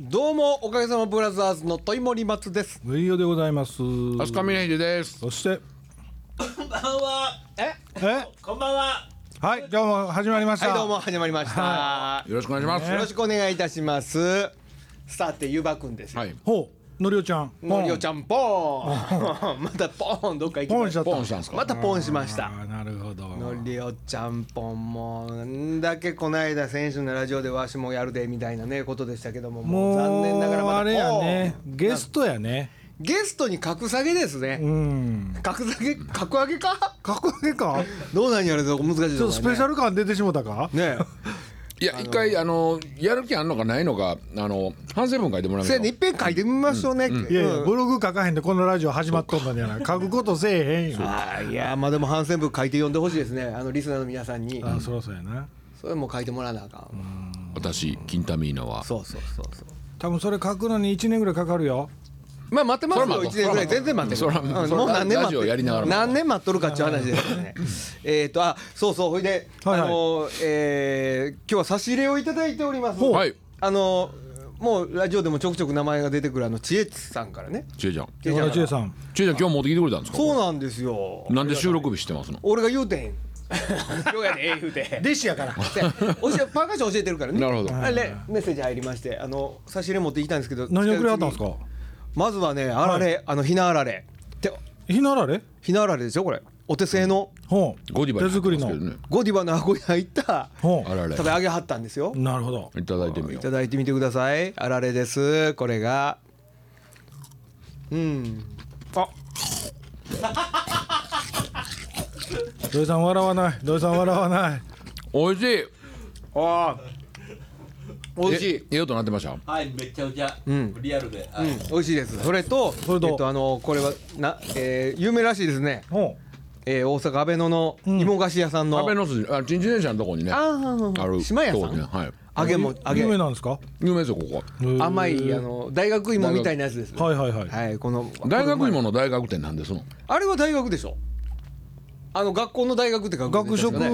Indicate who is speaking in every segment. Speaker 1: どうもおかげさまブラザーズの問森松です
Speaker 2: 無理よでございます。
Speaker 3: 飛鳥峰秀です。
Speaker 2: そして、
Speaker 4: こんばんは。
Speaker 1: え
Speaker 2: え、
Speaker 4: こんばんは。
Speaker 2: はい、今日も始まりました。
Speaker 1: はいどうも始まりました、
Speaker 3: よろしくお願いします。
Speaker 1: よろしくお願いいたしますさてゆばくんですよ、
Speaker 3: は。
Speaker 1: はい
Speaker 2: ほう、のりおちゃん。
Speaker 1: のりお
Speaker 2: ゃ
Speaker 1: ちゃんポーン またポーンどっか行き
Speaker 2: ポン
Speaker 1: ま
Speaker 2: しちゃった。
Speaker 3: ポンしたんですか。
Speaker 1: またポーンしました
Speaker 2: あーなるほど。
Speaker 1: のりおちゃんポンもうんだけこの間選手のラジオでわしもやるでみたいなねことでしたけどもも
Speaker 2: も
Speaker 1: う
Speaker 2: う
Speaker 1: 残念ながらまだ
Speaker 2: あれや
Speaker 1: ポーン
Speaker 2: ね、ゲストやね。
Speaker 1: ゲストに格下げですね
Speaker 2: うん。
Speaker 1: 格下げ格上げか
Speaker 2: かっこいいか。
Speaker 1: どうなんやるぞ難しい
Speaker 2: ちょっとスペシャ
Speaker 1: ル
Speaker 2: ル感出てしもたか。
Speaker 1: ねえ
Speaker 3: いや、一回、あの、やる気あんのかないのか、あの、反省文書いてもらいま
Speaker 1: せ
Speaker 3: し
Speaker 1: や
Speaker 3: ょ
Speaker 1: ね、いっぺん書いてみましょうね。うん
Speaker 2: いやいや、ブログ書かへんで、このラジオ始まっとんだんじゃない。書くことせえへんよ。
Speaker 1: あーいやーまあでも反省文書いて読んでほしいですねあのリスナーの皆さんに
Speaker 2: あ、そろそろやな。
Speaker 1: それも書いてもらわなあかん
Speaker 3: う。私、金タミーナは。
Speaker 1: そうそうそうそう
Speaker 2: 多分それ書くのに一年ぐらいかかるよ。
Speaker 1: まあ待ってます
Speaker 3: そら
Speaker 1: よ
Speaker 3: 待とう
Speaker 1: 1年ぐらい全然待って
Speaker 3: そら待とう
Speaker 1: うん
Speaker 3: そら
Speaker 1: もう何年
Speaker 3: ラ
Speaker 1: 待
Speaker 3: ジ
Speaker 1: っ
Speaker 3: オ
Speaker 1: て
Speaker 3: やりながら
Speaker 1: 何年待っとるかっちゅう話ですよねえっとあそうそうほいであ
Speaker 2: はいはい
Speaker 1: のーえー今日は差し入れをいただいております
Speaker 3: はい。
Speaker 1: あのーもうラジオでもちょくちょく名前が出てくるあのちえつさんからね
Speaker 3: ちえちゃん。
Speaker 1: ちえちゃん
Speaker 2: 山
Speaker 1: か
Speaker 2: 田千
Speaker 1: ら
Speaker 2: 恵さん。
Speaker 3: ちえちゃん、今日持ってきてくれたんですか。
Speaker 1: そうなんですよ
Speaker 3: なんで収録日知ってますの。
Speaker 1: 俺が言うてへん今日やでええ言うて
Speaker 2: 弟子やから。
Speaker 1: で教えパーカッション教えてるからね
Speaker 3: なるほど
Speaker 1: あれメッセージ入りましてあの差し入れ持って行きたいんですけど
Speaker 2: 何をくれはったんですか。
Speaker 1: まずはねあられ、あのひなあられで
Speaker 2: ひなあられ。
Speaker 1: ひなあられですよこれお手製の
Speaker 2: ほう。
Speaker 3: ゴディバ
Speaker 2: 手作りの
Speaker 3: に。入ってます
Speaker 1: ゴディバの箱に入った
Speaker 2: ほう
Speaker 3: けどね。あられ
Speaker 1: 食べ。上げはったんですよ、
Speaker 2: なるほど。
Speaker 3: いただいてみ
Speaker 1: い
Speaker 3: よ
Speaker 1: た
Speaker 3: う。
Speaker 1: だいてみてくださいあられですこれがうんあ
Speaker 2: 土井さん笑わない。土井さん笑わない。
Speaker 3: おいしい。
Speaker 1: あおいしい
Speaker 3: え。ええよとなってました。
Speaker 4: はい、めちゃくちゃ、
Speaker 1: ん
Speaker 4: リアルで。はい
Speaker 1: うん、美味しいですそれと
Speaker 2: れと
Speaker 1: えっとあのこれはな、えー有名らしいですね、
Speaker 2: ほ
Speaker 1: えー大阪阿倍野の芋菓子屋さんの、
Speaker 3: 安倍の筋、あ、ちんち電車のとこにね。あ
Speaker 1: ああ
Speaker 3: る。
Speaker 1: 島屋さん
Speaker 3: とこにねはい。
Speaker 2: う。
Speaker 1: 揚げも揚げ
Speaker 2: 有名なんですか。
Speaker 3: 有名ですよ、ここ。
Speaker 1: 甘いあの大学芋みたいなやつです
Speaker 2: はいはいはい。
Speaker 1: はいこの
Speaker 3: 大学
Speaker 1: この
Speaker 3: 芋の大学店なんですの。
Speaker 1: あれは大学でしょあの学校の大学って書くん
Speaker 2: 学
Speaker 1: ですよ
Speaker 2: 食
Speaker 1: ね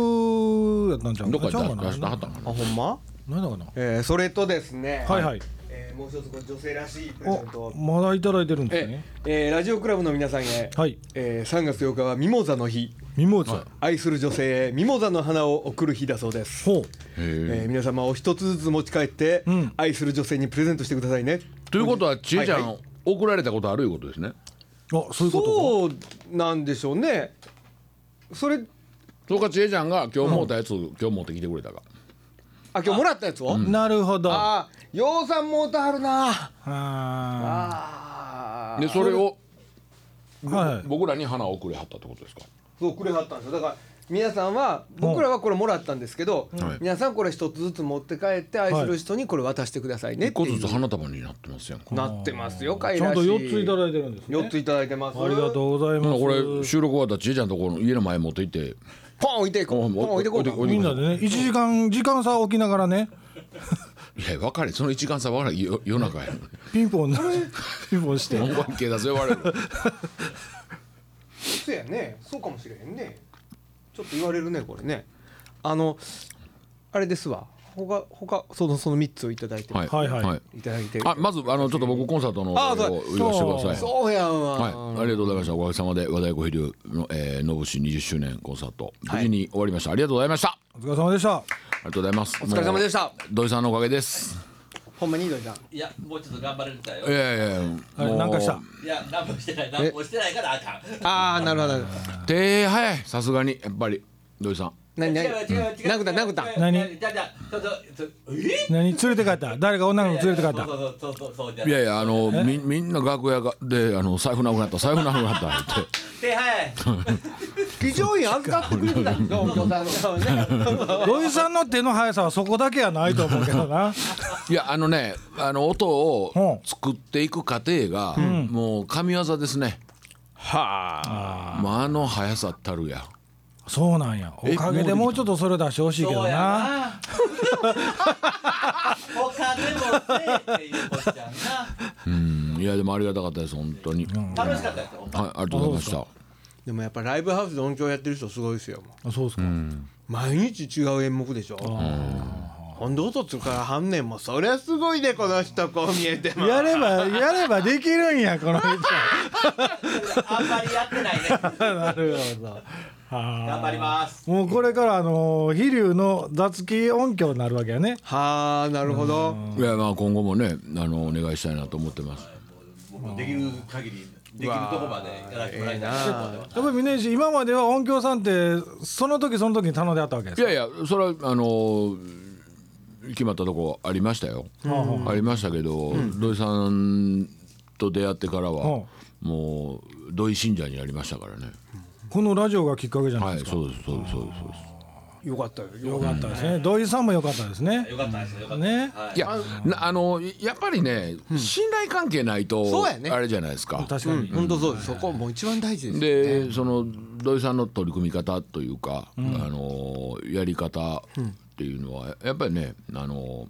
Speaker 2: やったんちゃう
Speaker 3: どっか
Speaker 2: ちゃう
Speaker 3: で
Speaker 2: か
Speaker 3: 出しては
Speaker 2: な
Speaker 3: ったのかな。
Speaker 1: あほんま
Speaker 2: 何だかな
Speaker 1: えーそれとですね
Speaker 2: はいはい
Speaker 1: えーもう一つこれ女性らしいプレゼント
Speaker 2: お
Speaker 1: を
Speaker 2: まだいただいてるんです
Speaker 1: え
Speaker 2: ね
Speaker 1: えーラジオクラブの皆さんへ
Speaker 2: はい
Speaker 1: えー3月8日はミモザの日
Speaker 2: ミモザ
Speaker 1: 愛する女性へミモザの花を贈る日だそうです
Speaker 2: ほう
Speaker 3: へ
Speaker 1: えー皆様お一つずつ持ち帰って
Speaker 2: ん
Speaker 1: 愛する女性にプレゼントしてくださいね
Speaker 3: え。ということは、ちえちゃ
Speaker 1: はいは
Speaker 3: ん、送られたことあるいうことですね。
Speaker 2: あそういうこ
Speaker 1: そうなんでしょうねそれ
Speaker 3: そうかちえちゃんが今日持ったやつ、今日持ってきてくれたか
Speaker 1: あ今日もらったやつを、
Speaker 2: とかなるほど
Speaker 1: あ
Speaker 2: あ
Speaker 1: あ洋さんもうたはるな
Speaker 2: あ
Speaker 1: あ
Speaker 3: でそれを
Speaker 2: はい
Speaker 3: 僕らに花をくれはったってことですか
Speaker 1: そうくれはったんですよだから皆さんは僕らはこれもらったんですけど、
Speaker 3: はい
Speaker 1: 皆さんこれ一つずつ持って帰って愛する人にこれ渡してくださいねっ
Speaker 3: 一
Speaker 1: て
Speaker 3: 個
Speaker 1: いう
Speaker 3: ずつ花束になってますやんか
Speaker 1: なってますよかい
Speaker 2: ちゃ
Speaker 1: ら
Speaker 2: ん
Speaker 1: し
Speaker 2: と
Speaker 1: い
Speaker 2: 四ついただいてるんですね
Speaker 1: 四ついただいてます
Speaker 2: ありが
Speaker 1: う
Speaker 2: とうござい
Speaker 3: ほ
Speaker 2: ま
Speaker 3: な
Speaker 2: す
Speaker 3: これ収録終わったらちえちゃんとこの家の前持って行って
Speaker 1: ポン置いていこうポ
Speaker 3: お
Speaker 1: ン置いていこうか
Speaker 3: 置いて
Speaker 2: みんなでね一時間時間差置きながらね
Speaker 3: いや分かれその一間差分かれよ夜中やのに
Speaker 2: ピンポンピンポンして
Speaker 3: ほんまに警察呼ばれる
Speaker 1: そうやねそうかもしれへんねちょっと言われるねこれねあのあれですわほかほかそのその三つをいただいて、
Speaker 3: はい
Speaker 2: はいはい
Speaker 1: い、ただいてる
Speaker 3: あまずあのちょっと僕コンサートの
Speaker 1: あそう
Speaker 3: を用意してください
Speaker 1: そうやんわ、
Speaker 3: はい、ありがとうございましたおかげさまで和太鼓飛龍の、えー、のぶし20周年コンサート無事に終わりました、ありがとうございました
Speaker 2: お疲れ様でした
Speaker 3: ありがとうございますお
Speaker 1: お疲れ様でした
Speaker 3: 土井さんのおかげです
Speaker 1: ほんまにいいのじゃん
Speaker 4: いや、もうちょっと頑張れるんだよ
Speaker 3: い。やいやいや
Speaker 2: あれ
Speaker 3: もう
Speaker 2: なんかした
Speaker 4: いや、何もしてない、何もしてないから、あかん。
Speaker 1: ああなるほど
Speaker 3: 手早いさすがにやっぱり土井さん
Speaker 1: 何
Speaker 4: 違
Speaker 1: 何
Speaker 4: う違う違う違う。
Speaker 1: なぐたなぐた
Speaker 2: 何
Speaker 4: じゃあじゃあ、ちょっと、ちょっと、え
Speaker 2: 何連れて帰った誰か女の子連れて帰った
Speaker 4: そうそうそうそうそうじゃ
Speaker 3: い
Speaker 4: ない。
Speaker 3: やいやあのみみんな楽屋がであの財布なくなった財布なくなったって
Speaker 4: 手早い。
Speaker 1: 非常に預かってくれて たんですよお子さんの顔ね
Speaker 2: 土井さんの手の速さはそこだけはないと思うけどな
Speaker 3: いやあのねあの音を
Speaker 2: うん
Speaker 3: 作っていく過程が、もう神業ですねはあ、まあ、あの速さたるや
Speaker 2: そうなんやおかげでもうちょっとそれ出してほしいけど
Speaker 4: そうや
Speaker 2: な
Speaker 4: な。他でもね、っていうことじゃんな。
Speaker 3: うんいやでもありがたかったです本当に、はい
Speaker 4: 楽しかったですよ。
Speaker 3: ありがとうございました
Speaker 1: でもやっぱライブハウスで音響やってる人すごいですよ
Speaker 2: あそうですか、
Speaker 1: 毎日違う演目でしょ本土卒から半年もそりゃすごいねこの人こう見えても
Speaker 2: やればやればできるんやこの人
Speaker 4: あんまりやってないね
Speaker 2: なるほど
Speaker 4: 頑
Speaker 2: 頑
Speaker 4: 張ります
Speaker 2: もうこれからあの飛龍の雑記音響になるわけやね
Speaker 1: はあなるほど
Speaker 3: いやまあ今後もねあのお願いしたいなと思ってます。
Speaker 4: 僕もできる限りできるとこまでやらせてもらいたいなと思ってます
Speaker 2: やっぱり峰岸今までは音響さんってその時その時に頼んであったわけで
Speaker 3: い
Speaker 2: すか
Speaker 3: やいやそれはあの決まったとこありましたよ。ありましたけど、土井さんと出会ってからは、もう土井信者になりましたからね。
Speaker 2: このラジオがきっかけじゃない
Speaker 3: は
Speaker 2: です
Speaker 3: い
Speaker 2: か、
Speaker 3: そうですそうですそうですそうです。
Speaker 1: よかったよ
Speaker 2: よかったですね、土井さんもよかったですね
Speaker 4: よかったですよかった
Speaker 2: ね
Speaker 4: はい
Speaker 3: いやなあのやっぱりね、信頼関係ないと
Speaker 1: そうやね
Speaker 3: あれじゃないですか。
Speaker 2: 確か
Speaker 1: う
Speaker 2: に、
Speaker 1: ん本当そうですそこもう一番大事ですよね
Speaker 3: でその土井さんの取り組み方というか、あのやり方っていうのはやっぱりねあの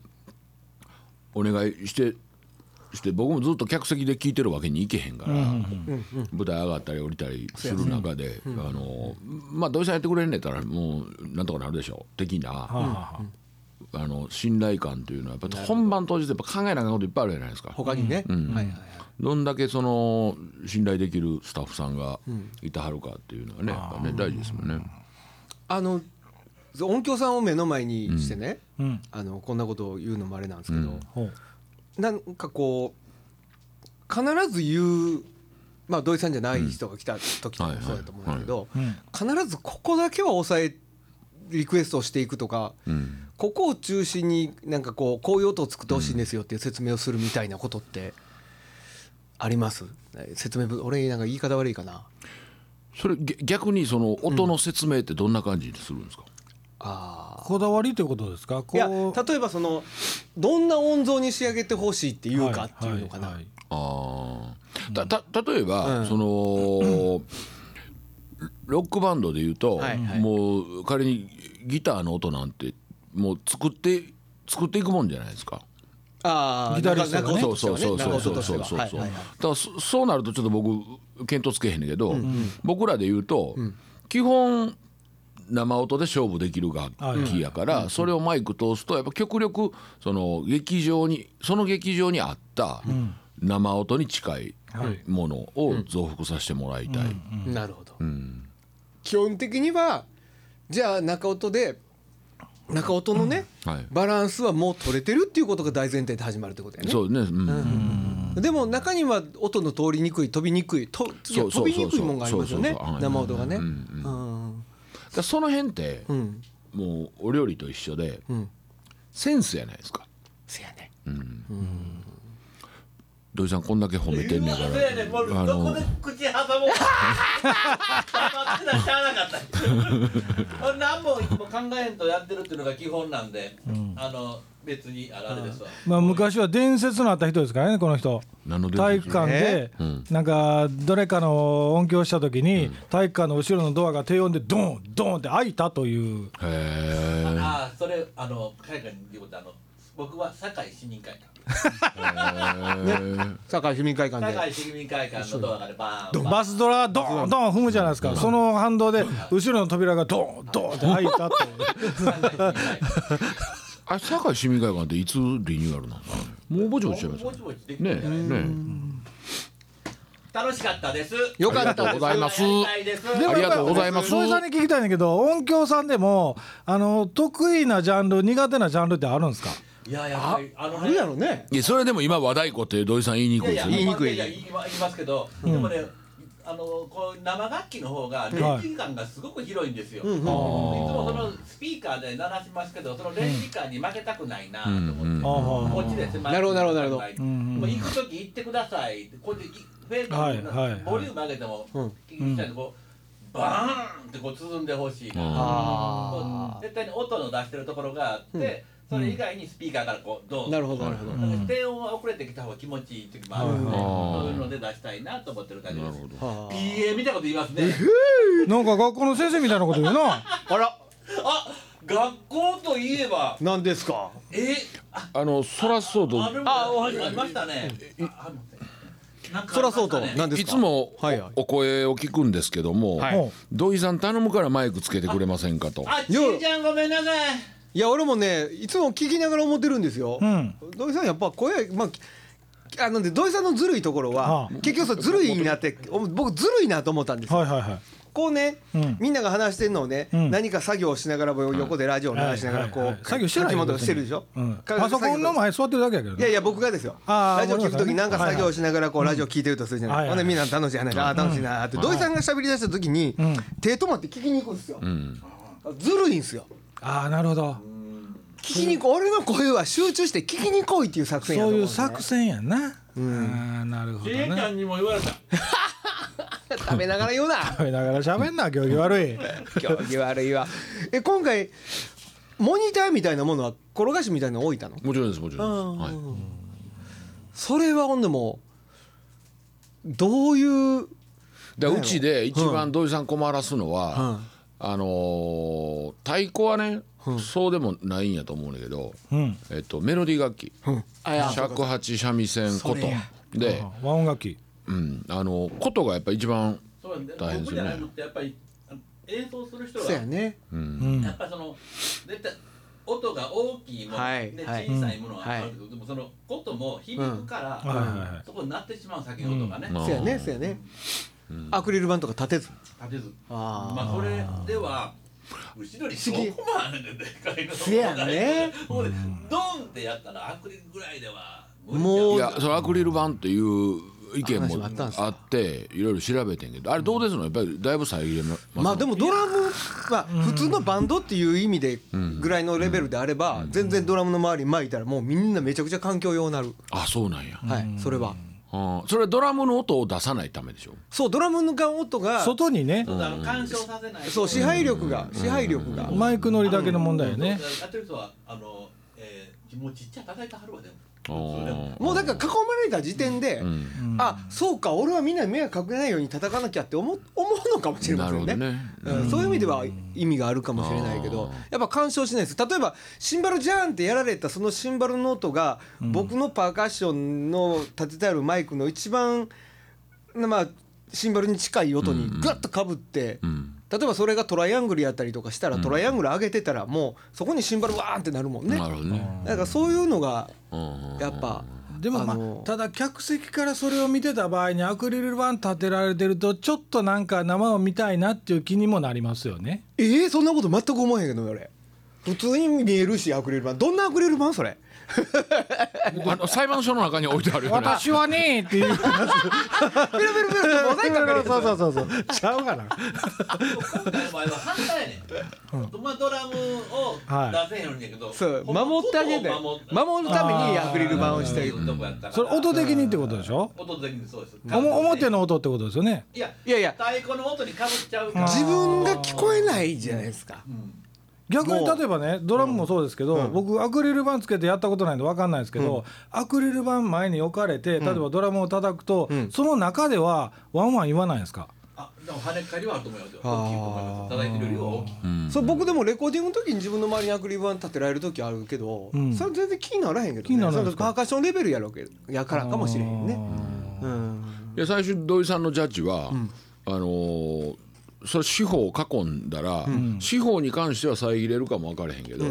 Speaker 3: お願いしてして僕もずっと客席で聞いてるわけにいけへんから、舞台上がったり降りたりする中で、あのまあ土井さんやってくれんねやったらもうなんとかなるでしょう的な、あの信頼感というのはやっぱ本番当日やっぱ考えなあかんこといっぱいあるじゃないですか。
Speaker 1: 他にねはいはいはい
Speaker 3: どんだけその信頼できるスタッフさんがいてはるかっていうのはね、やっぱね大事ですもんね。
Speaker 1: あの音響さんを目の前にしてね、
Speaker 2: うん
Speaker 1: あのこんなことを言うのもあれなんですけど、
Speaker 3: うん
Speaker 2: ほう
Speaker 1: なんかこう必ず言う、まあ、土井さんじゃない人が来た時とかもそうだと思うんだけど、
Speaker 2: うん
Speaker 1: 必ずここだけは抑えリクエストをしていくとか、
Speaker 3: うん、
Speaker 1: ここを中心になんかこうこういう音を作ってほしいんですよっていう説明をするみたいなことってあります説明文俺なんか言い方悪いかな
Speaker 3: それげ逆にその音の説明ってどんな感じにするんですか。
Speaker 1: あー
Speaker 2: こだわりということですかこう
Speaker 1: いや例えばそのどんな音像に仕上げてほしいっていうかっていうのかな、
Speaker 2: はいはい
Speaker 3: ああ、たた例えば、
Speaker 1: うん
Speaker 3: その。ロックバンドで言うと、
Speaker 1: はいはい
Speaker 3: もう仮にギターの音なんてもう作って作っていくもんじゃないですか。
Speaker 1: ああ
Speaker 2: ギタリストがね
Speaker 3: そうそうそうそうそうそうそうそう。だ
Speaker 1: はいはいはい
Speaker 3: からそそうなるとちょっと僕見当つけへんねんけど、僕らで言うと、基本生音で勝負できる楽器やから、それをマイク通すとやっぱ極力その劇場にその劇場にあった生音に近い
Speaker 2: はい
Speaker 3: ものを増幅させてもらいたい。
Speaker 1: なるほど、
Speaker 3: うん
Speaker 1: 基本的にはじゃあ中音で中音のね、
Speaker 3: はい
Speaker 1: バランスはもう取れてるっていうことが大前提で始まるってことやね
Speaker 3: そうね、うん
Speaker 1: でも中には音の通りにくい飛びにくいといや
Speaker 3: そうそ
Speaker 1: 飛
Speaker 3: うそうそう
Speaker 1: びにくいもんがありますよね
Speaker 3: そうそうそうはい
Speaker 1: 生音がね
Speaker 3: う
Speaker 1: うんん
Speaker 3: だからその辺って、
Speaker 1: うん
Speaker 3: もうお料理と一緒で、
Speaker 1: ん
Speaker 3: センスやないですか。
Speaker 1: せやね
Speaker 3: 土井さんこんだけ褒めてんねんから。
Speaker 4: ねもう
Speaker 3: あ
Speaker 4: どこ
Speaker 3: の
Speaker 4: で口挟もうか黙ってたらしゃあなかった何も一も考えんとやってるっていうのが基本なんで、あの別にあられですわ、
Speaker 2: まあ、昔は伝説のあった人ですからねこの人
Speaker 3: 何の伝
Speaker 2: 体
Speaker 3: 説
Speaker 2: 育館で
Speaker 3: うん
Speaker 2: なんかどれかの音響した時に体育館の後ろのドアが低音でドンドンって開いたという
Speaker 3: へえ。
Speaker 4: ああそれあの海外に言うことあの僕は堺市民会館
Speaker 1: 堺市民会館で
Speaker 4: 堺市民会館のドアがねバーン
Speaker 2: バスドラドンドン踏むじゃないですかその反動で後ろの扉がドンドンって開いたという
Speaker 4: バーン堺市民会館
Speaker 3: あ、堺市民会館っていつリニューアルなんですかね。もうぼちぼちしちゃいます
Speaker 4: も
Speaker 3: よ
Speaker 4: うちもちでき
Speaker 3: ね。
Speaker 4: るん
Speaker 3: ね
Speaker 4: じゃない
Speaker 3: え、ね
Speaker 4: 楽しかったです
Speaker 1: よかった
Speaker 3: ありがとうございます
Speaker 4: やりたいです
Speaker 3: え。ありがとうございます。
Speaker 2: そういうさんに聞きたいんだけど音響さんでもあの得意なジャンル苦手なジャンルってあるんですか
Speaker 4: いややっぱりあの
Speaker 1: あるやろね
Speaker 3: いや、それでも今和太鼓って土井さん言いにくい
Speaker 4: い
Speaker 3: です
Speaker 4: や
Speaker 3: よ
Speaker 4: い
Speaker 1: 言い
Speaker 3: ね。
Speaker 4: や
Speaker 1: にくい
Speaker 4: や言いますけど、でもねあのこう生楽器の方がレンジ感がすごく広いんですよ、い、つもそのスピーカーで鳴らしますけどそのレンジ感に負けたくないなと思って、
Speaker 3: うん
Speaker 2: ああ
Speaker 4: こっちで狭い
Speaker 1: なるほどなるほどなるほど
Speaker 2: うんうん
Speaker 4: もう行く時行ってくださいこうやってフェード
Speaker 2: はいはいはい
Speaker 4: ボリューム上げても
Speaker 1: うん
Speaker 4: 聞きたいのこうバーンってこう包んでほしいなこ
Speaker 1: あ
Speaker 4: う絶対に音の出してるところがあって、それ以外にスピーカーからこうドーン
Speaker 1: あなるほどなるほど
Speaker 4: だから低音は遅れてきた方が気持ちいい時もあるんで、そういうので出したいなと思ってる感じです。
Speaker 1: はあ
Speaker 4: PA みたいなこと言いますね。
Speaker 2: なんか学校の先生みたいなこと言うな
Speaker 1: あら
Speaker 4: あ、学校といえば、
Speaker 1: 何ですか
Speaker 4: え、あ、
Speaker 3: あの、そらそうと。
Speaker 4: ある
Speaker 1: あお
Speaker 4: ありましたね。あありましたねなんか
Speaker 1: そらそうと
Speaker 4: ありましたね
Speaker 1: 何です
Speaker 3: い
Speaker 1: か
Speaker 3: つも
Speaker 1: はいはい
Speaker 3: お声を聞くんですけども、
Speaker 1: はい
Speaker 2: も
Speaker 3: 土井さん頼むからマイクつけてくれませんかと。
Speaker 4: あ、ちーちゃんごめんなさい。
Speaker 1: いや俺もねいつも聞きながら思ってるんですよ、
Speaker 2: うん
Speaker 1: 土井さんやっぱ声まあきあのね土井さんのずるいところは、
Speaker 2: はあ
Speaker 1: 結局そうずるいなってお僕ずるいなと思ったんですよ、
Speaker 2: はいはいはい
Speaker 1: こうね、
Speaker 2: うん
Speaker 1: みんなが話してるのをね、
Speaker 2: うん
Speaker 1: 何か作業をしながらも横でラジオを流しながらこう、
Speaker 2: はいはいはい作業してない
Speaker 1: 書き
Speaker 2: よ
Speaker 1: 物してるでしょ、
Speaker 2: 別にうん
Speaker 1: か
Speaker 2: パソコンの前座ってるだけやけど
Speaker 1: いや
Speaker 2: ね
Speaker 1: いや僕がですよ
Speaker 2: あー
Speaker 1: ラジオ聞くときなんか
Speaker 2: はいはい
Speaker 1: 作業しながらこうラジオ聞いてるとするじゃ
Speaker 2: は
Speaker 1: ないい
Speaker 2: は
Speaker 1: ほ
Speaker 2: い
Speaker 1: んでみんな楽しい話ああー楽しいなーって土井さんが喋り出したときに
Speaker 2: うん
Speaker 1: 手止まって聞きに行くんですよ
Speaker 3: うん
Speaker 1: ずるいんですよ
Speaker 2: ああなるほど
Speaker 1: 聞きに行こう俺の声は集中して聞きに来いっていう作
Speaker 2: そう
Speaker 1: 戦やと思ん
Speaker 2: いう
Speaker 1: ですね
Speaker 2: 作戦やなああなるほど
Speaker 4: ジェイちゃ
Speaker 2: ね
Speaker 4: んにも言われた。
Speaker 1: 食べながら言うな
Speaker 2: 食べながら喋んな行儀悪い
Speaker 1: 行儀悪いわえ今回モニターみたいなものは転がしみたいなの置いたの
Speaker 3: もちろんですもちろんです、はい、
Speaker 1: それはほんでもうどういう
Speaker 3: で
Speaker 1: だよ
Speaker 3: うちで一番土井さん困らすのは、あのー太鼓はね、そうでもないんやと思うんだけど、
Speaker 2: うん
Speaker 3: えっと、メロディー楽器、尺八三味線
Speaker 1: そ
Speaker 3: 琴
Speaker 1: れや
Speaker 3: で、
Speaker 2: 和音楽器
Speaker 3: うん、あの琴がやっぱ一番
Speaker 4: そうなんだ
Speaker 3: 大変ですよね
Speaker 4: 僕じゃなくてやっぱりあの演奏する人
Speaker 1: そうや
Speaker 4: は
Speaker 1: ね
Speaker 2: うん
Speaker 4: やっぱその絶対音が大きいもの、
Speaker 1: はい
Speaker 4: で
Speaker 1: はい
Speaker 4: 小さいものはあ
Speaker 1: は
Speaker 4: る
Speaker 1: い
Speaker 4: けど、でもその音も響くから、
Speaker 2: うんはいはいはい
Speaker 4: そこになってしまう先の音がね、
Speaker 3: うん
Speaker 1: そうやねそうやねアクリル板とか立てず
Speaker 4: 立てず
Speaker 1: あー
Speaker 4: まあそれでは後ろにそこまででかいの
Speaker 1: せやね
Speaker 4: もうねドンってやったらアクリルぐらいでは無理
Speaker 1: もう
Speaker 3: いやそのアクリル板っていう意見
Speaker 1: 話も
Speaker 3: も
Speaker 1: あったんですか
Speaker 3: あっていろいろ調べてんけどあれどうですのやっぱりだいぶ遮れます
Speaker 1: まあでもドラムは普通のバンドっていう意味でぐらいのレベルであれば全然ドラムの周りに巻いたらもうみんなめちゃくちゃ環境用になる
Speaker 3: あそうなんや、
Speaker 1: はいそれは
Speaker 3: うんそれはドラムの音を出さないためでしょ
Speaker 1: そうドラムのガン音が
Speaker 2: 外にね
Speaker 4: そうだあの干渉させない
Speaker 1: そう支配力が支配力が
Speaker 2: マイク乗りだけの問題やね
Speaker 4: やってる人はあの、えー、もうちっちゃい叩いてはるわでも
Speaker 3: あー
Speaker 1: もうだから囲まれた時点で
Speaker 3: うん
Speaker 1: あそうか俺はみんなに迷惑かけないように叩かなきゃって思う思うのかもしれま
Speaker 3: な
Speaker 1: せ
Speaker 3: る
Speaker 1: ん
Speaker 3: ほ
Speaker 1: ね
Speaker 3: どね
Speaker 1: うんそういう意味では意味があるかもしれないけどやっぱ干渉しないです例えばシンバルジャーンってやられたそのシンバルの音が僕のパーカッションの立ててあるマイクの一番まあシンバルに近い音にガッとかぶって
Speaker 3: ん
Speaker 1: 例えばそれがトライアングルやったりとかしたらトライアングル上げてたらもうそこにシンバルワーンってなるもんね
Speaker 3: なるほどね
Speaker 1: だからそういうのが
Speaker 3: うん
Speaker 1: やっぱ
Speaker 2: でもまあ、
Speaker 1: あの
Speaker 2: ただ客席からそれを見てた場合にアクリル板立てられてるとちょっとなんか生を見たいなっていう気にもなりますよね。
Speaker 1: えー、そんなこと全く思わへんけど俺普通に見えるしアクリル板どんなアクリル板それ
Speaker 3: あの裁判所の中に置いてあるよね
Speaker 2: 私はねっていう
Speaker 1: ペロペロペロってモザイクかけるやつ
Speaker 2: そうそうそうそう ちゃうかな。
Speaker 4: 今回の場合は反対やねん、まあドラムを出せへんようにやけど、
Speaker 1: そう守ってあげて
Speaker 4: ここを
Speaker 1: 守
Speaker 4: 守
Speaker 1: るためにアクリル板をして
Speaker 4: る
Speaker 1: い
Speaker 4: とこやったから
Speaker 2: それ音的にってことでしょ。
Speaker 4: 音的にそうです
Speaker 2: おも表の音ってことですよね。
Speaker 4: いや
Speaker 1: いやいや
Speaker 4: 太鼓の音にかぶっちゃうから、
Speaker 1: 自分が聞こえないじゃないですか
Speaker 4: うん
Speaker 2: 逆に例えばねドラムもそうですけど、僕アクリル板つけてやったことないんで分かんないですけど、アクリル板前に置かれて例えばドラムを叩くと、
Speaker 1: ん
Speaker 2: その中ではワンワン言わないんですか。
Speaker 4: あでも跳ね返りはあると思いますよ大きいと思います叩いてるよりは大きい
Speaker 1: そう僕でもレコーディングの時に自分の周りにアクリル板立てられる時あるけど
Speaker 2: うん
Speaker 1: それ全然気にならへんけど
Speaker 2: 気になら
Speaker 1: ねそ
Speaker 2: ない
Speaker 1: れは
Speaker 2: ですか
Speaker 1: パーカッションレベルやろうけどやからかもしれへんねうん
Speaker 3: いや最初土井さんのジャッジは、あのーそれ司法を囲んだら、司法に関しては遮れるかも分からへんけど、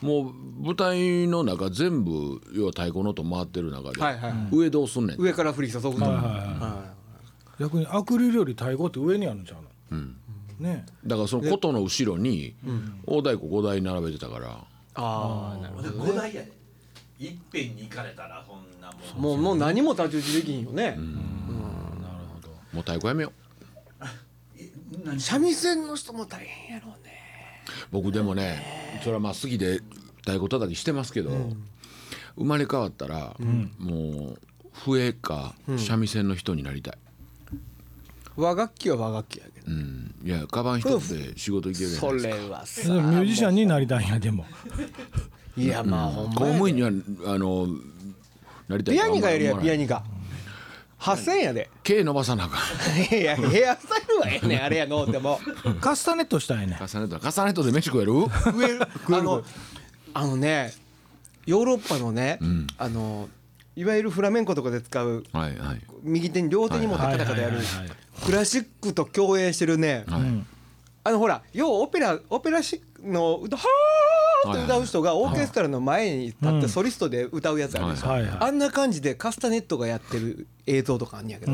Speaker 3: もう舞台の中全部要は太鼓の音回ってる中で、
Speaker 1: はいはいはい
Speaker 3: 上どうすんねん
Speaker 1: 上から降り注ぐと
Speaker 2: はいはいはい
Speaker 1: は
Speaker 2: 逆にアクリルより太鼓って上にあるんちゃうの、ね
Speaker 3: だからその琴の後ろに大太鼓5台並べてたから
Speaker 1: いああなるほど
Speaker 4: 五台やでいっぺんに行かれたらそんな
Speaker 1: も
Speaker 4: もん
Speaker 1: うもう何も太刀打ちできんよね
Speaker 3: もう太鼓やめよう
Speaker 4: え何
Speaker 1: 三味線の人も大変やろうね
Speaker 3: 僕でもねそれはまあ好きで太鼓叩きしてますけど、生まれ変わったら、もう笛か三味線の人になりたい。
Speaker 1: 和楽器は和楽器やけど
Speaker 3: うん、いやカバン一つで仕事行けるや
Speaker 1: そ
Speaker 3: ん
Speaker 1: れは
Speaker 2: ミ
Speaker 1: さ
Speaker 2: ュージシャンになりたいんやでも
Speaker 1: いやまあほんまや
Speaker 3: 公務員にはあのなりたい
Speaker 1: ピアニカやりやピア
Speaker 3: ニ
Speaker 1: ニカ8000円やで
Speaker 3: 毛伸ばさなあか
Speaker 1: いやヘアスタイルはええねんあれやのうても
Speaker 2: カスタネットしたいね
Speaker 3: ん 重ねた重ねたで飯食 える
Speaker 1: 食えるあのあのねヨーロッパのね、あのいわゆるフラメンコとかで使う
Speaker 3: はいはい
Speaker 1: 右手に両手に持ってカタカタやる
Speaker 2: はいはいはいはい
Speaker 1: クラシックと共演してるね、
Speaker 3: はい、
Speaker 1: あのほらようオペラオペラシックの歌「はーって歌う人がオーケストラの前に立ってソリストで歌うやつあるでしょ、
Speaker 2: はいはい
Speaker 1: あんな感じでカスタネットがやってる映像とかあんねやけど、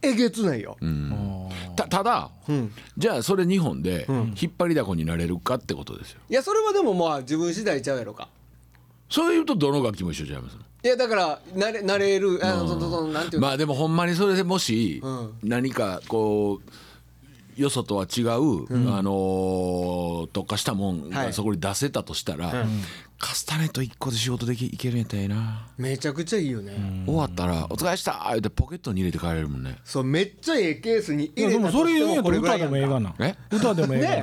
Speaker 1: えげつないよ、
Speaker 3: たただ、じゃあそれ日本で引っ張りだこになれるかってことですよ
Speaker 1: いやそれはでもまあ自分次第ちゃうやろか
Speaker 3: そういうとどの楽器も一緒ちゃいます
Speaker 1: いやだからなれなれるあのそのそのなんていうの、
Speaker 3: まあでもほんまにそれでもし何かこうよそとは違う、あのー特化したもん
Speaker 1: は
Speaker 3: が
Speaker 1: い
Speaker 3: そこに出せたとしたら、カスタネット1個で仕事できいけるんやったらええな、
Speaker 1: めちゃくちゃいいよね、
Speaker 3: 終わったら「お疲れっした!」言うてポケットに入れて帰れるもんね
Speaker 1: そうめっちゃええケースに
Speaker 2: い
Speaker 1: 入
Speaker 2: や
Speaker 1: れ
Speaker 2: で
Speaker 1: た
Speaker 2: も
Speaker 1: と
Speaker 2: それ
Speaker 1: して
Speaker 2: 言うんや
Speaker 1: も
Speaker 2: った
Speaker 1: こ
Speaker 2: ら
Speaker 1: れぐらいや
Speaker 2: 歌で
Speaker 1: ん
Speaker 2: もええ
Speaker 1: か
Speaker 2: がな
Speaker 3: え
Speaker 2: 歌でもええが
Speaker 1: ね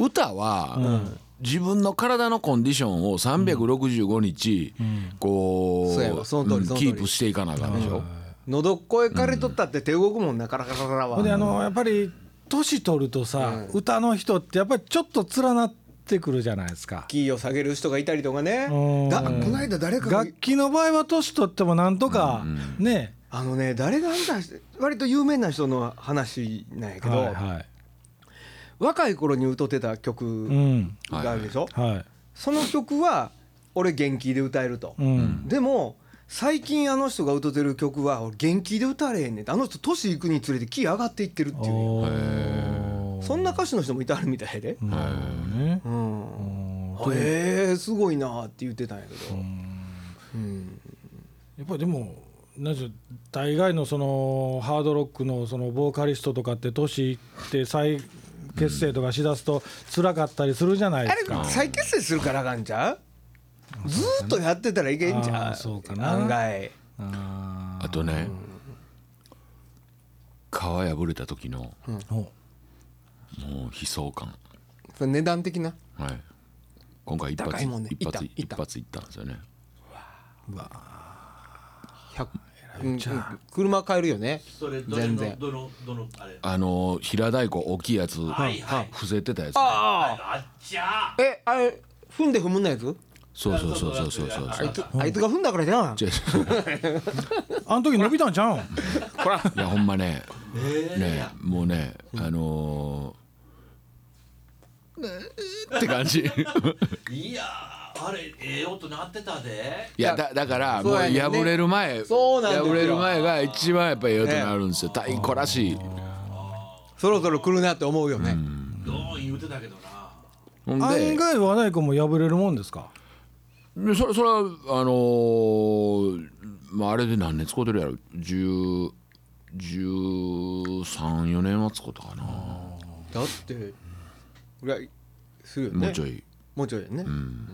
Speaker 2: な
Speaker 3: 歌は、自分の体のコンディションを365日、こ
Speaker 1: そうや
Speaker 3: う
Speaker 1: わその通り
Speaker 3: うん
Speaker 1: その通り
Speaker 3: キープしていかなあかんでしょ
Speaker 1: 喉っ声かれとったって手動くもんなからからから
Speaker 2: ほんであ
Speaker 1: は
Speaker 2: のやっぱり年取るとさ、歌の人ってやっぱりちょっと連なってくるじゃないですか
Speaker 1: キーを下げる人がいたりとかね
Speaker 2: うん
Speaker 1: だこの間誰かが
Speaker 2: 楽器の場合は年取ってもなんとか、ね
Speaker 1: あのね誰があんた割と有名な人の話なんやけど、
Speaker 2: はいはい
Speaker 1: 若い頃に歌ってた曲
Speaker 2: うん
Speaker 1: があるでしょ、
Speaker 2: はい
Speaker 1: その曲は俺元気で歌えると、
Speaker 2: うん
Speaker 1: でも最近あの人が歌ってる曲は俺元気で歌われへんねんってあの人年いくにつれてキー上がっていってるっていうね
Speaker 2: おー
Speaker 1: そんな歌手の人もいてあるみたいで、
Speaker 2: なるほどね
Speaker 1: うん、へえすごいなって言ってたんやけど、うん
Speaker 2: やっぱりでもなんでしょう大概のそのハードロックのそのボーカリストとかって年いって再結成とかしだすと辛かったりするじゃない
Speaker 1: あ
Speaker 2: ですか
Speaker 1: れ。再結成するからあかんちゃうずーっとやってたらいけんじゃ
Speaker 2: あー
Speaker 1: ん
Speaker 2: そうかな
Speaker 1: 案外
Speaker 2: あ
Speaker 3: あとね皮破れた時の
Speaker 2: ーお
Speaker 3: もう悲壮感
Speaker 1: それ値段的な
Speaker 3: はい今回一
Speaker 1: 高
Speaker 3: 発
Speaker 1: いもんね
Speaker 3: 一発
Speaker 1: いったいった
Speaker 3: 一発いったんですよね
Speaker 1: 100うんうん車買えるよね
Speaker 4: それどれ
Speaker 1: 全
Speaker 4: の
Speaker 1: 然
Speaker 4: どのどのあれ
Speaker 3: あの平太鼓大きいやつ
Speaker 4: はいはい
Speaker 3: 伏せてたやつ
Speaker 1: あ
Speaker 4: あっちゃ
Speaker 1: あえあれ踏んで踏むんなやつ
Speaker 3: そうそうそうそうそうそう
Speaker 4: あ
Speaker 3: そ
Speaker 4: そううそう
Speaker 1: あいつが踏んだからじゃん
Speaker 3: 違う違う
Speaker 2: あの時伸びたんちゃうん
Speaker 3: いやほんまね
Speaker 4: ええ
Speaker 3: ねもうねあのーって感じ
Speaker 4: いやーあれええ音鳴ってたで
Speaker 3: いやだだから
Speaker 1: そ
Speaker 3: も
Speaker 1: う
Speaker 3: う
Speaker 1: やねんね
Speaker 3: 破れる前
Speaker 1: そうなんですよ
Speaker 3: 破れる前が一番やっぱりええとなるんですよ太鼓らしい
Speaker 1: そろそろ来るなって思うよね
Speaker 4: ドーン言うてたけどな
Speaker 3: ほん
Speaker 2: 案
Speaker 3: で
Speaker 2: 外和太鼓も破れるもんですか。
Speaker 3: でそれそれはあのーまあ、あれで何年使うてるやろ10 134年は使うたかな、
Speaker 1: だってぐらいするよね
Speaker 3: もうちょい
Speaker 1: もうちょいやねうん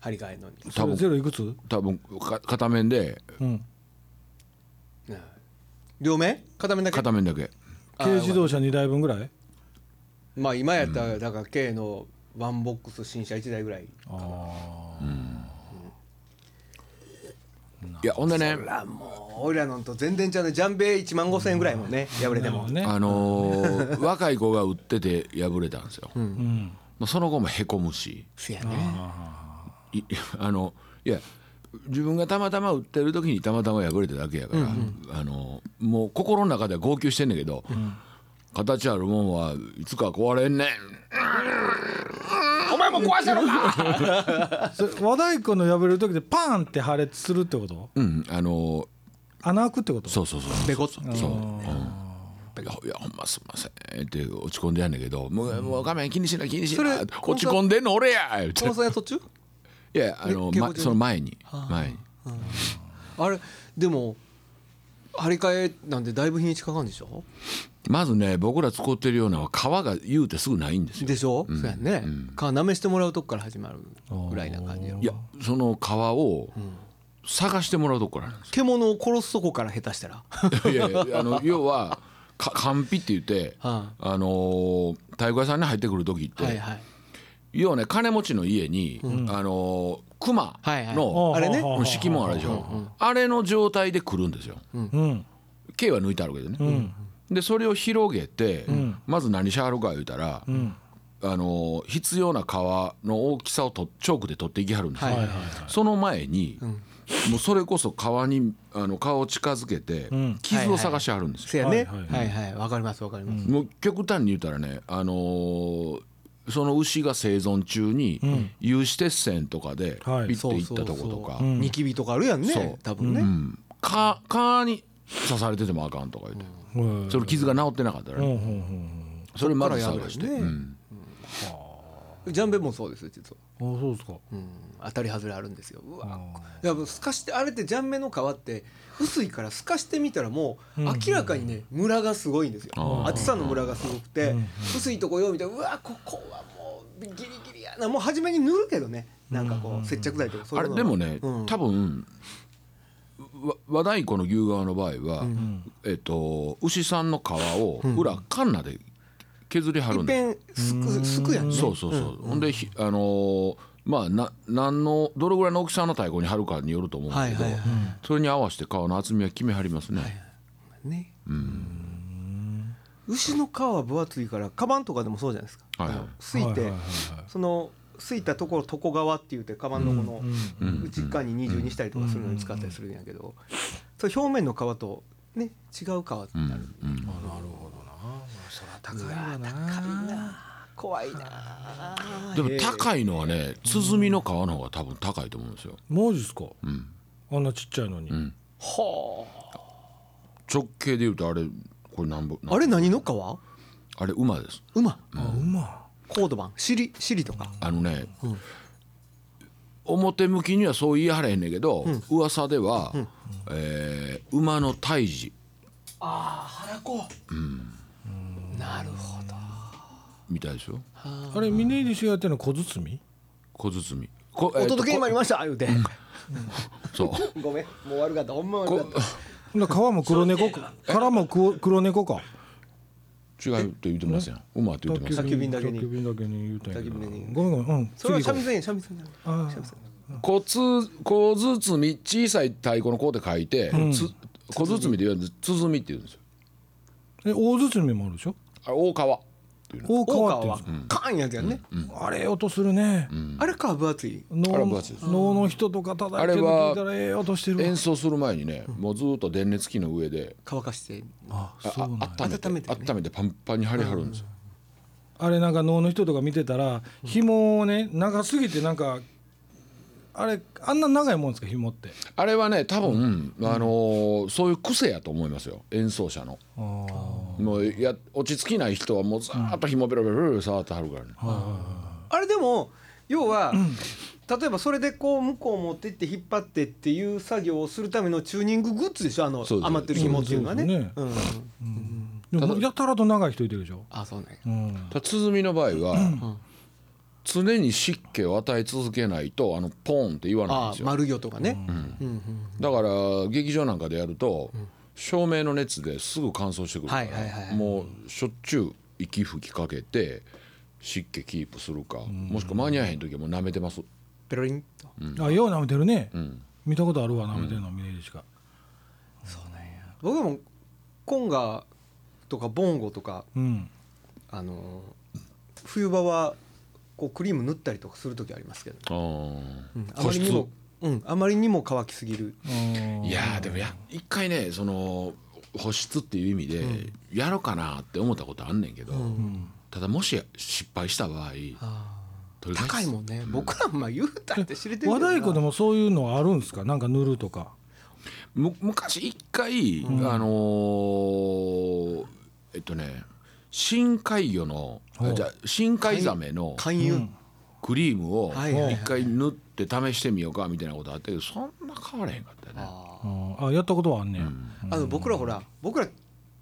Speaker 1: 張り替えのに
Speaker 2: それゼロいくつ？
Speaker 3: 多分か片面で
Speaker 2: うん。
Speaker 1: ね両面片面だけ
Speaker 3: 片面だけ
Speaker 2: 軽自動車2台分ぐらい？
Speaker 1: まあ今やったらだから K のワンボックス新車1台ぐらい
Speaker 3: いやほんでね
Speaker 1: あもう俺らのと全然ちゃうねジャンベ1万5千円ぐらいもんね破れても
Speaker 2: ね。
Speaker 3: あのー若い子が売ってて破れたんですよ、
Speaker 2: うん。
Speaker 3: まあその後もへこむし
Speaker 1: せやね
Speaker 3: いあのいや自分がたまたま売ってる時にたまたま破れただけやから、あのもう心の中では号泣してんねんけど、形あるもんはいつか壊れんねん
Speaker 1: お前も壊したのか
Speaker 2: それ和太鼓の破れる時でパーンって破裂するってこと？
Speaker 3: うんあの
Speaker 2: 穴開くってこと？
Speaker 3: そうそうそう
Speaker 1: ペコッと
Speaker 3: そう、うん、いやいやほんますんませんって落ち込んでやんねんけどもうもう画面気にしな気にし
Speaker 1: それ
Speaker 3: な落ち込んでんの俺や言うて
Speaker 1: コンサート中
Speaker 3: いやあの、
Speaker 1: え稽古
Speaker 3: ま
Speaker 1: 中に
Speaker 3: その前に前に
Speaker 1: あれでも張り替えなんてだいぶ日にちかかるんでしょ
Speaker 3: まずね僕ら使ってるようなのは皮が言うてすぐないんですよ
Speaker 1: でしょ、そうやね、か舐めしてもらうとこから始まるぐらいな感じやろ
Speaker 3: いやその皮を探してもらうとこからなんで
Speaker 1: 獣を殺すとこから下手したら
Speaker 3: すよいやいやあの要はか完璧って言って、
Speaker 1: は
Speaker 3: あのー体育屋さんに入ってくる時って、
Speaker 1: はいはい
Speaker 3: 要はね金持ちの家に、あのー熊
Speaker 1: はいはい
Speaker 3: の
Speaker 1: あれね
Speaker 2: ほうほうほう
Speaker 3: 敷もあるでしょ、あれの状態で来るんですよ。
Speaker 2: うん。
Speaker 3: 毛は抜いてあるけどね、でそれを広げて、まず何しはるか言うたら、あの必要な皮の大きさをとチョークで取っていきはるんですよ、
Speaker 1: はいはいは
Speaker 3: その前に、もうそれこそ皮にあの顔を近づけて、
Speaker 2: ん
Speaker 3: 傷を探しはるんですよ、
Speaker 1: せやね
Speaker 2: はい
Speaker 1: はいはいわ、かりますわかります、
Speaker 3: もう極端に言うたらねあのーその牛が生存中に有刺鉄線とかでピ
Speaker 2: はい
Speaker 3: ッていったとことか、
Speaker 1: ニキビとかあるやん
Speaker 3: そう
Speaker 1: ね多分ね、
Speaker 3: うん、か蚊に刺されててもあかんとか言って、
Speaker 2: うん
Speaker 3: それ傷が治ってなかったら、ね
Speaker 2: うんうんうん
Speaker 3: それまず探して、
Speaker 1: そっからやる
Speaker 3: う
Speaker 1: よね
Speaker 3: ん
Speaker 1: ジャンベもそうですよ実は、
Speaker 2: あそうですか
Speaker 1: うん、当たり外れあるんですようわ
Speaker 2: あ
Speaker 1: やっぱ透かしてあれってジャンベの皮って薄いから透かしてみたらもう明らかにねムラがすごいんですよ
Speaker 3: あー
Speaker 1: 厚さのムラがすごくて薄いとこよみたいなうわここはもうギリギリやなもう初めに塗るけどねなんかこう接着剤とかそう
Speaker 3: あ
Speaker 1: いう
Speaker 3: れ
Speaker 1: の
Speaker 3: でもね、
Speaker 1: うん
Speaker 3: 多分わ和太鼓の牛革の場合は、えっと、牛さんの皮を裏カンナで削り張る
Speaker 1: いっ
Speaker 3: んだ
Speaker 1: ぺんすくすくやんね
Speaker 3: そうそうそう、ほんでひあのーまあな何のどれぐらいの大きさの太鼓に貼るかによると思うんだ
Speaker 1: は
Speaker 3: け
Speaker 1: い
Speaker 3: ど、
Speaker 1: はいは
Speaker 3: それに合わせて皮の厚みは決め張りますね、
Speaker 1: いね牛の皮は分厚いからカバンとかでもそうじゃないですか
Speaker 3: はいはい
Speaker 1: あのすいてそのすいたところ床側って言ってカバンのこの内側に二重にしたりとかするのに使ったりするんやけどそれ表面の皮とね違う皮ってなる
Speaker 3: うんうん
Speaker 1: 高いわな高いな怖いな
Speaker 3: でも高いのはね鼓の皮の方が多分高いと思うんですよ、
Speaker 2: マジっすか
Speaker 3: うん、
Speaker 2: あんなちっちゃいのに、
Speaker 3: ん
Speaker 1: は
Speaker 3: 直径で言うとあれこれなんぼ
Speaker 1: ああれ何の皮
Speaker 3: あれ馬です
Speaker 1: 馬
Speaker 2: あうま
Speaker 1: コード版尻尻とか
Speaker 3: あのね、表向きにはそう言い張れへんねんけど、噂では、えー馬の胎児
Speaker 1: 腹こなるほど
Speaker 3: みたいですよ
Speaker 2: いあれ峰入氏がやってるの小包
Speaker 3: 小包こ
Speaker 1: お届けに参りました言うて
Speaker 3: えーとこそう
Speaker 1: ごめんもう悪かったほんま悪かった
Speaker 2: ほんなら皮も黒猫か殻も黒黒猫か
Speaker 3: 違うと言ってません馬って言ってません
Speaker 1: 宅急便だけに
Speaker 2: 宅急便だけに言うたんやけど
Speaker 1: 宅急便だけに
Speaker 2: ごめんごめんうん
Speaker 1: それは
Speaker 2: 次行
Speaker 1: 三味
Speaker 2: こ
Speaker 1: 線や三味線や
Speaker 2: あー
Speaker 1: 三味線
Speaker 3: 小つ小包小さい太鼓の子って書いて、つ小包で言うと鼓って言うんですよ
Speaker 2: うえ大包もあるでしょ
Speaker 3: あれ大川
Speaker 2: 大
Speaker 1: 大
Speaker 2: 川っ
Speaker 1: 川
Speaker 2: て言うん
Speaker 1: はカーンやつやんね
Speaker 2: ですよあれ音するね、
Speaker 1: あれか分厚い
Speaker 2: 脳
Speaker 3: あれ分厚いです
Speaker 2: 脳の人とか叩いてるの聞いたらええ音してるわ
Speaker 3: 演奏する前にね、もうずっと電熱器の上で
Speaker 1: 乾かして
Speaker 2: あ
Speaker 3: あ
Speaker 2: そうなんや
Speaker 3: あ温めて
Speaker 1: 温めてね
Speaker 3: 温めてパンパンに張り張るんですよ、
Speaker 2: あれなんか脳の人とか見てたら紐をね長すぎてなんかあれあんな長いもんですか紐って
Speaker 3: あれはね多分、あのーそういう癖やと思いますよ演奏者の、
Speaker 2: ああ
Speaker 3: もうや落ち着きない人はもうずーっと紐ベロベロベロベロ触ってはるからね、
Speaker 1: あれでも要は例えばそれでこう向こう持ってって引っ張ってっていう作業をするためのチューニンググッズでしょあの
Speaker 3: そうです
Speaker 1: 余ってる紐っていうのはね
Speaker 2: そうです
Speaker 1: うんうん
Speaker 2: でもやたらと長い人いてるでしょ、
Speaker 1: あそうね
Speaker 2: うん、
Speaker 3: ただ鼓の場合は、常に湿気を与え続けないとあのポーンって言わないん
Speaker 1: あ
Speaker 3: ですよ
Speaker 1: 丸魚とかねうんうん
Speaker 3: だから劇場なんかでやると、照明の熱ですぐ乾燥してくるから、
Speaker 1: はいはいはい
Speaker 3: もうしょっちゅう息吹きかけて湿気キープするか、もしくは間に合わへん時はもう舐めてます
Speaker 1: ペロリンと
Speaker 2: あよう舐めてるね、
Speaker 3: ん
Speaker 2: 見たことあるわ舐めてるの峰岸が、
Speaker 1: 僕もコンガとかボンゴとか
Speaker 2: うん、
Speaker 1: あの冬場はこうクリーム塗ったりとかする時ありますけど
Speaker 3: あ
Speaker 1: うん
Speaker 3: ー
Speaker 1: あまりにもうんあまりにも乾きすぎる
Speaker 2: あー
Speaker 3: いやーでもや一回ねその保湿っていう意味でやろうかなって思ったことあんねんけど、ただもし失敗した場合取り返す
Speaker 1: 高いもんね僕らまあ言うたって知れてる
Speaker 2: 和
Speaker 1: けどな
Speaker 2: 太鼓でもそういうのあるんですかなんか塗るとか
Speaker 3: む昔一回、あのーえっとね深海魚のあじゃあ深海ザメの
Speaker 1: 勧誘
Speaker 3: クリームを
Speaker 1: はいはいはい
Speaker 3: 一回塗って試してみようかみたいなことあったけどそんな変わらへんかったね
Speaker 1: あー
Speaker 2: あーあやったことはあんねや、
Speaker 1: あの僕らほら僕ら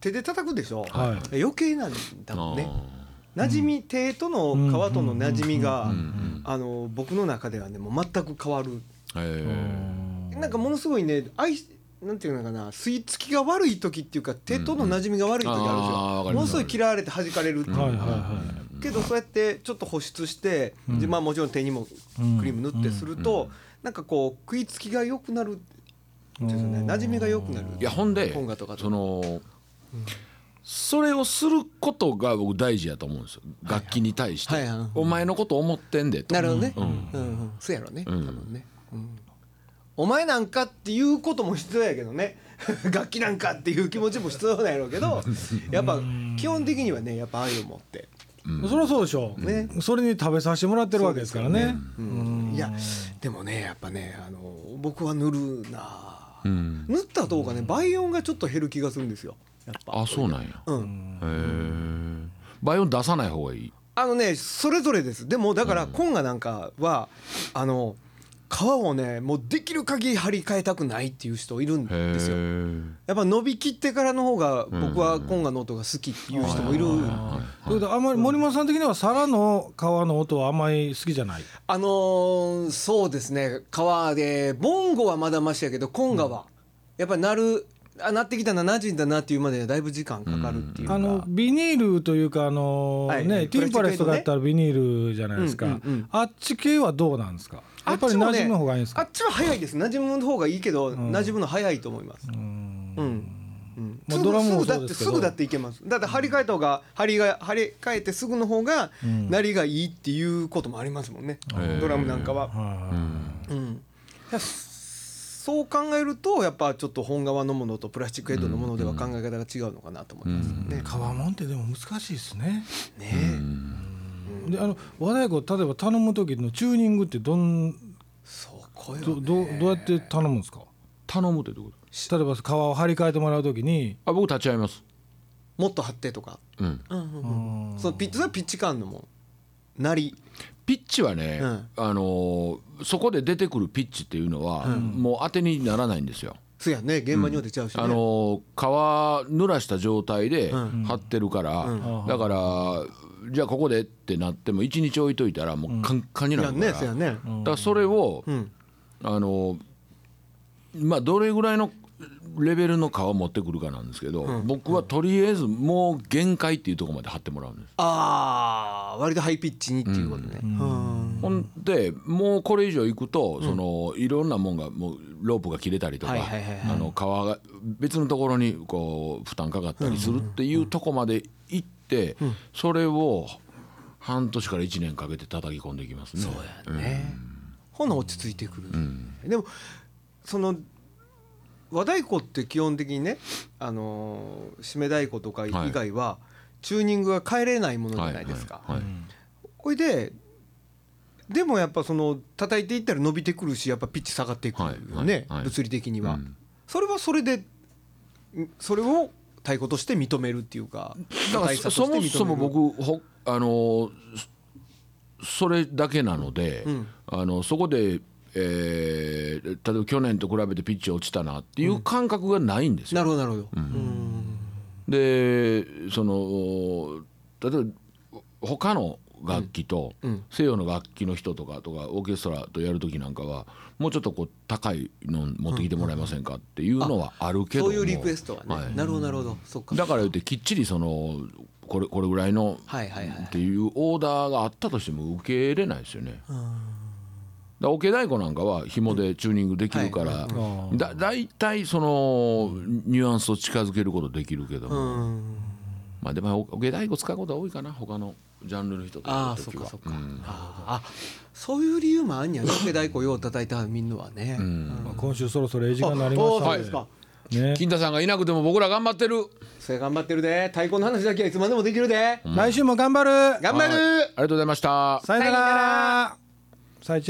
Speaker 1: 手で叩くでしょ、
Speaker 2: はい
Speaker 1: 余計なんだもんね馴染み、手との皮との馴染みが、あの僕の中ではねもう全く変わる、
Speaker 3: あーへー
Speaker 1: なんかものすごいね愛しなんていうのかな吸い付きが悪い時っていうか手との馴染みが悪い時あるでし
Speaker 3: うんあーわ
Speaker 1: ょ、
Speaker 3: かります
Speaker 1: ものすごい嫌われて弾かれるっていうか、
Speaker 2: はいはいはい
Speaker 1: けどそうやってちょっと保湿して、でまあ、もちろん手にもクリーム塗ってすると、なんかこう食いつきが良くなるっていうんですよね馴染みが良くなる
Speaker 3: いやほんで
Speaker 1: コンガとかと
Speaker 3: そのそれをすることが僕大事やと思うんですよ楽器に対して、
Speaker 1: はいはい
Speaker 3: お前のこと思ってんでと
Speaker 1: なるほどね、
Speaker 3: う
Speaker 1: うんんうん、そうやろね、多分ね、うん、お前なんかっていうことも必要やけどね 楽器なんかっていう気持ちも必要なんやろうけどやっぱ基本的にはねやっぱ愛を持って
Speaker 2: そりゃそうでしょう、
Speaker 1: ね
Speaker 2: それに食べさせてもらってるわけですからね
Speaker 1: うんいやでもねやっぱねあの僕は塗るな、塗った方がね倍音がちょっと減る気がするんですよやっぱ
Speaker 3: あそうなんや
Speaker 1: うん
Speaker 3: へえ倍音出さない方がいい
Speaker 1: あのねそれぞれですでもだからコンガなんかはあの皮をねもうできる限り張り替えたくないっていう人いるん
Speaker 3: へ
Speaker 1: ですよ
Speaker 3: え
Speaker 1: やっぱ伸びきってからの方が僕はコンガの音が好きっていう人もいる
Speaker 2: それであんまり森本さん的には皿の皮の音はあんまり好きじゃない
Speaker 1: あのーそうですね川でボンゴはまだましやけどコンガは、やっぱりなるあなってきたな馴染んだなっていうまでだいぶ時間かかるっていうか、
Speaker 2: あのビニールというかあの、
Speaker 1: はい
Speaker 2: ね
Speaker 1: プ
Speaker 2: テ
Speaker 1: ラ
Speaker 2: ィ
Speaker 1: スチック
Speaker 2: ンパレスとかやったらビニールじゃないですか、
Speaker 1: うんうんうん
Speaker 2: あっち系はどうなんですかやっぱり馴染む方がいいんです
Speaker 1: あ
Speaker 2: か
Speaker 1: っちは早いです馴染む方がいいけど、馴染むの早いと思いますうんうん
Speaker 2: ま
Speaker 1: す
Speaker 2: あ
Speaker 1: ぐ
Speaker 2: ドラムも
Speaker 1: すぐだ
Speaker 2: そう
Speaker 1: っ
Speaker 2: で
Speaker 1: て
Speaker 2: すけ
Speaker 1: す
Speaker 2: ど
Speaker 1: ぐだっていけますだって張り替えた方が張りが張り替えてすぐの方が鳴りがいいっていうこともありますもんね、ドラムなんかは、うん、いやそう考えるとやっぱちょっと本革のものとプラスチックヘッドのものでは考え方が違うのかなと思いますね。
Speaker 2: 皮もんってでも難しいですね
Speaker 1: ね
Speaker 2: であの和太鼓例えば頼む時のチューニングってどん
Speaker 1: そう声
Speaker 2: ど
Speaker 1: を
Speaker 2: どどうやって頼むんですか
Speaker 3: 頼むってどういうこと
Speaker 2: 例えば皮を張り替えてもらう時に
Speaker 3: あ僕立ち会います
Speaker 1: もっと張ってとか、
Speaker 3: うん
Speaker 1: そのピッチそれはピッチ感のもんなり
Speaker 3: ピッチはね、
Speaker 1: うん
Speaker 3: あのーそこで出てくるピッチっていうのは、もう当てにならないんですよ。
Speaker 1: そうやね現場には出ちゃうしね、
Speaker 3: あのー皮濡らした状態で
Speaker 1: ん
Speaker 3: 張ってるから、だからじゃあここでってなっても1日置いといたらもうカンカンにな
Speaker 1: や
Speaker 3: る
Speaker 1: ん
Speaker 3: から,、
Speaker 1: ねそうやね、
Speaker 3: だからそれを、
Speaker 1: ん
Speaker 3: あのーまあどれぐらいのレベルの皮を持ってくるかなんですけど、僕はとりあえずもう限界っていうところまで張ってもらうんです。
Speaker 1: ああ割とハイピッチにっていうことね、うん
Speaker 3: ほんでもうこれ以上行くと、そのいろんなもんがもうロープが切れたりとか、
Speaker 1: はいはいはいはい
Speaker 3: あの皮が別のところにこう負担かかったりするっていうとこまで行って、それを半年から1年かけて叩き込んでいきますね。
Speaker 1: ねほな落ち着いてくる、でもその和太鼓って基本的にね、あのー締め太鼓とか以外は、チューニングが変えれないものじゃないですか、
Speaker 3: はいはいはい
Speaker 1: ほいででもやっぱその叩いていったら伸びてくるしやっぱピッチ下がっていくよね、
Speaker 3: はいはいはい
Speaker 1: 物理的には、
Speaker 3: うん
Speaker 1: それはそれでんそれを太鼓として認めるっていうか
Speaker 3: だから
Speaker 1: 大
Speaker 3: そ
Speaker 1: 作
Speaker 3: そ
Speaker 1: と
Speaker 3: も
Speaker 1: して認
Speaker 3: そも
Speaker 1: める
Speaker 3: 僕ほあのーそそれだけなので、あのそこで、えー例えば去年と比べてピッチ落ちたなっていう感覚がないんですよ
Speaker 1: なるほどなるほど、
Speaker 3: でその例えば他の楽器と西洋の楽器の人とかとかオーケストラとやる時なんかはもうちょっとこう高いの持ってきてもらえませんかっていうのはあるけど
Speaker 1: そ
Speaker 3: も
Speaker 1: ういうリクエストはね、
Speaker 3: はい
Speaker 1: なるほどなるほどそっか
Speaker 3: だから言ってきっちりそのこれこれぐらいの
Speaker 1: はいはいはい
Speaker 3: っていうオーダーがあったとしても受け入れないですよね。だからおけ太鼓なんかは紐でチューニングできるから、だ大体そのニュアンスを近づけることできるけども、
Speaker 1: うん
Speaker 3: まあでもおおけ太鼓使うことが多いかな他のジャンルの人とや
Speaker 1: ああ
Speaker 3: る
Speaker 1: そっ
Speaker 3: 時
Speaker 1: か
Speaker 3: は
Speaker 1: そっか、ああそういう理由もあんやね受け太鼓よう叩いたみんなはね、
Speaker 2: まあ今週そろそろええ時間になりま
Speaker 1: おおー
Speaker 2: した
Speaker 1: そ
Speaker 2: ん
Speaker 1: うですか、
Speaker 2: ね
Speaker 3: 金田さんがいなくても僕ら頑張ってる
Speaker 1: それ頑張ってるで太鼓の話だけはいつまでもできるで
Speaker 2: 来週も頑張る
Speaker 1: 頑張る
Speaker 3: はいありがとうございました
Speaker 2: さよな
Speaker 1: さよな
Speaker 2: らさよ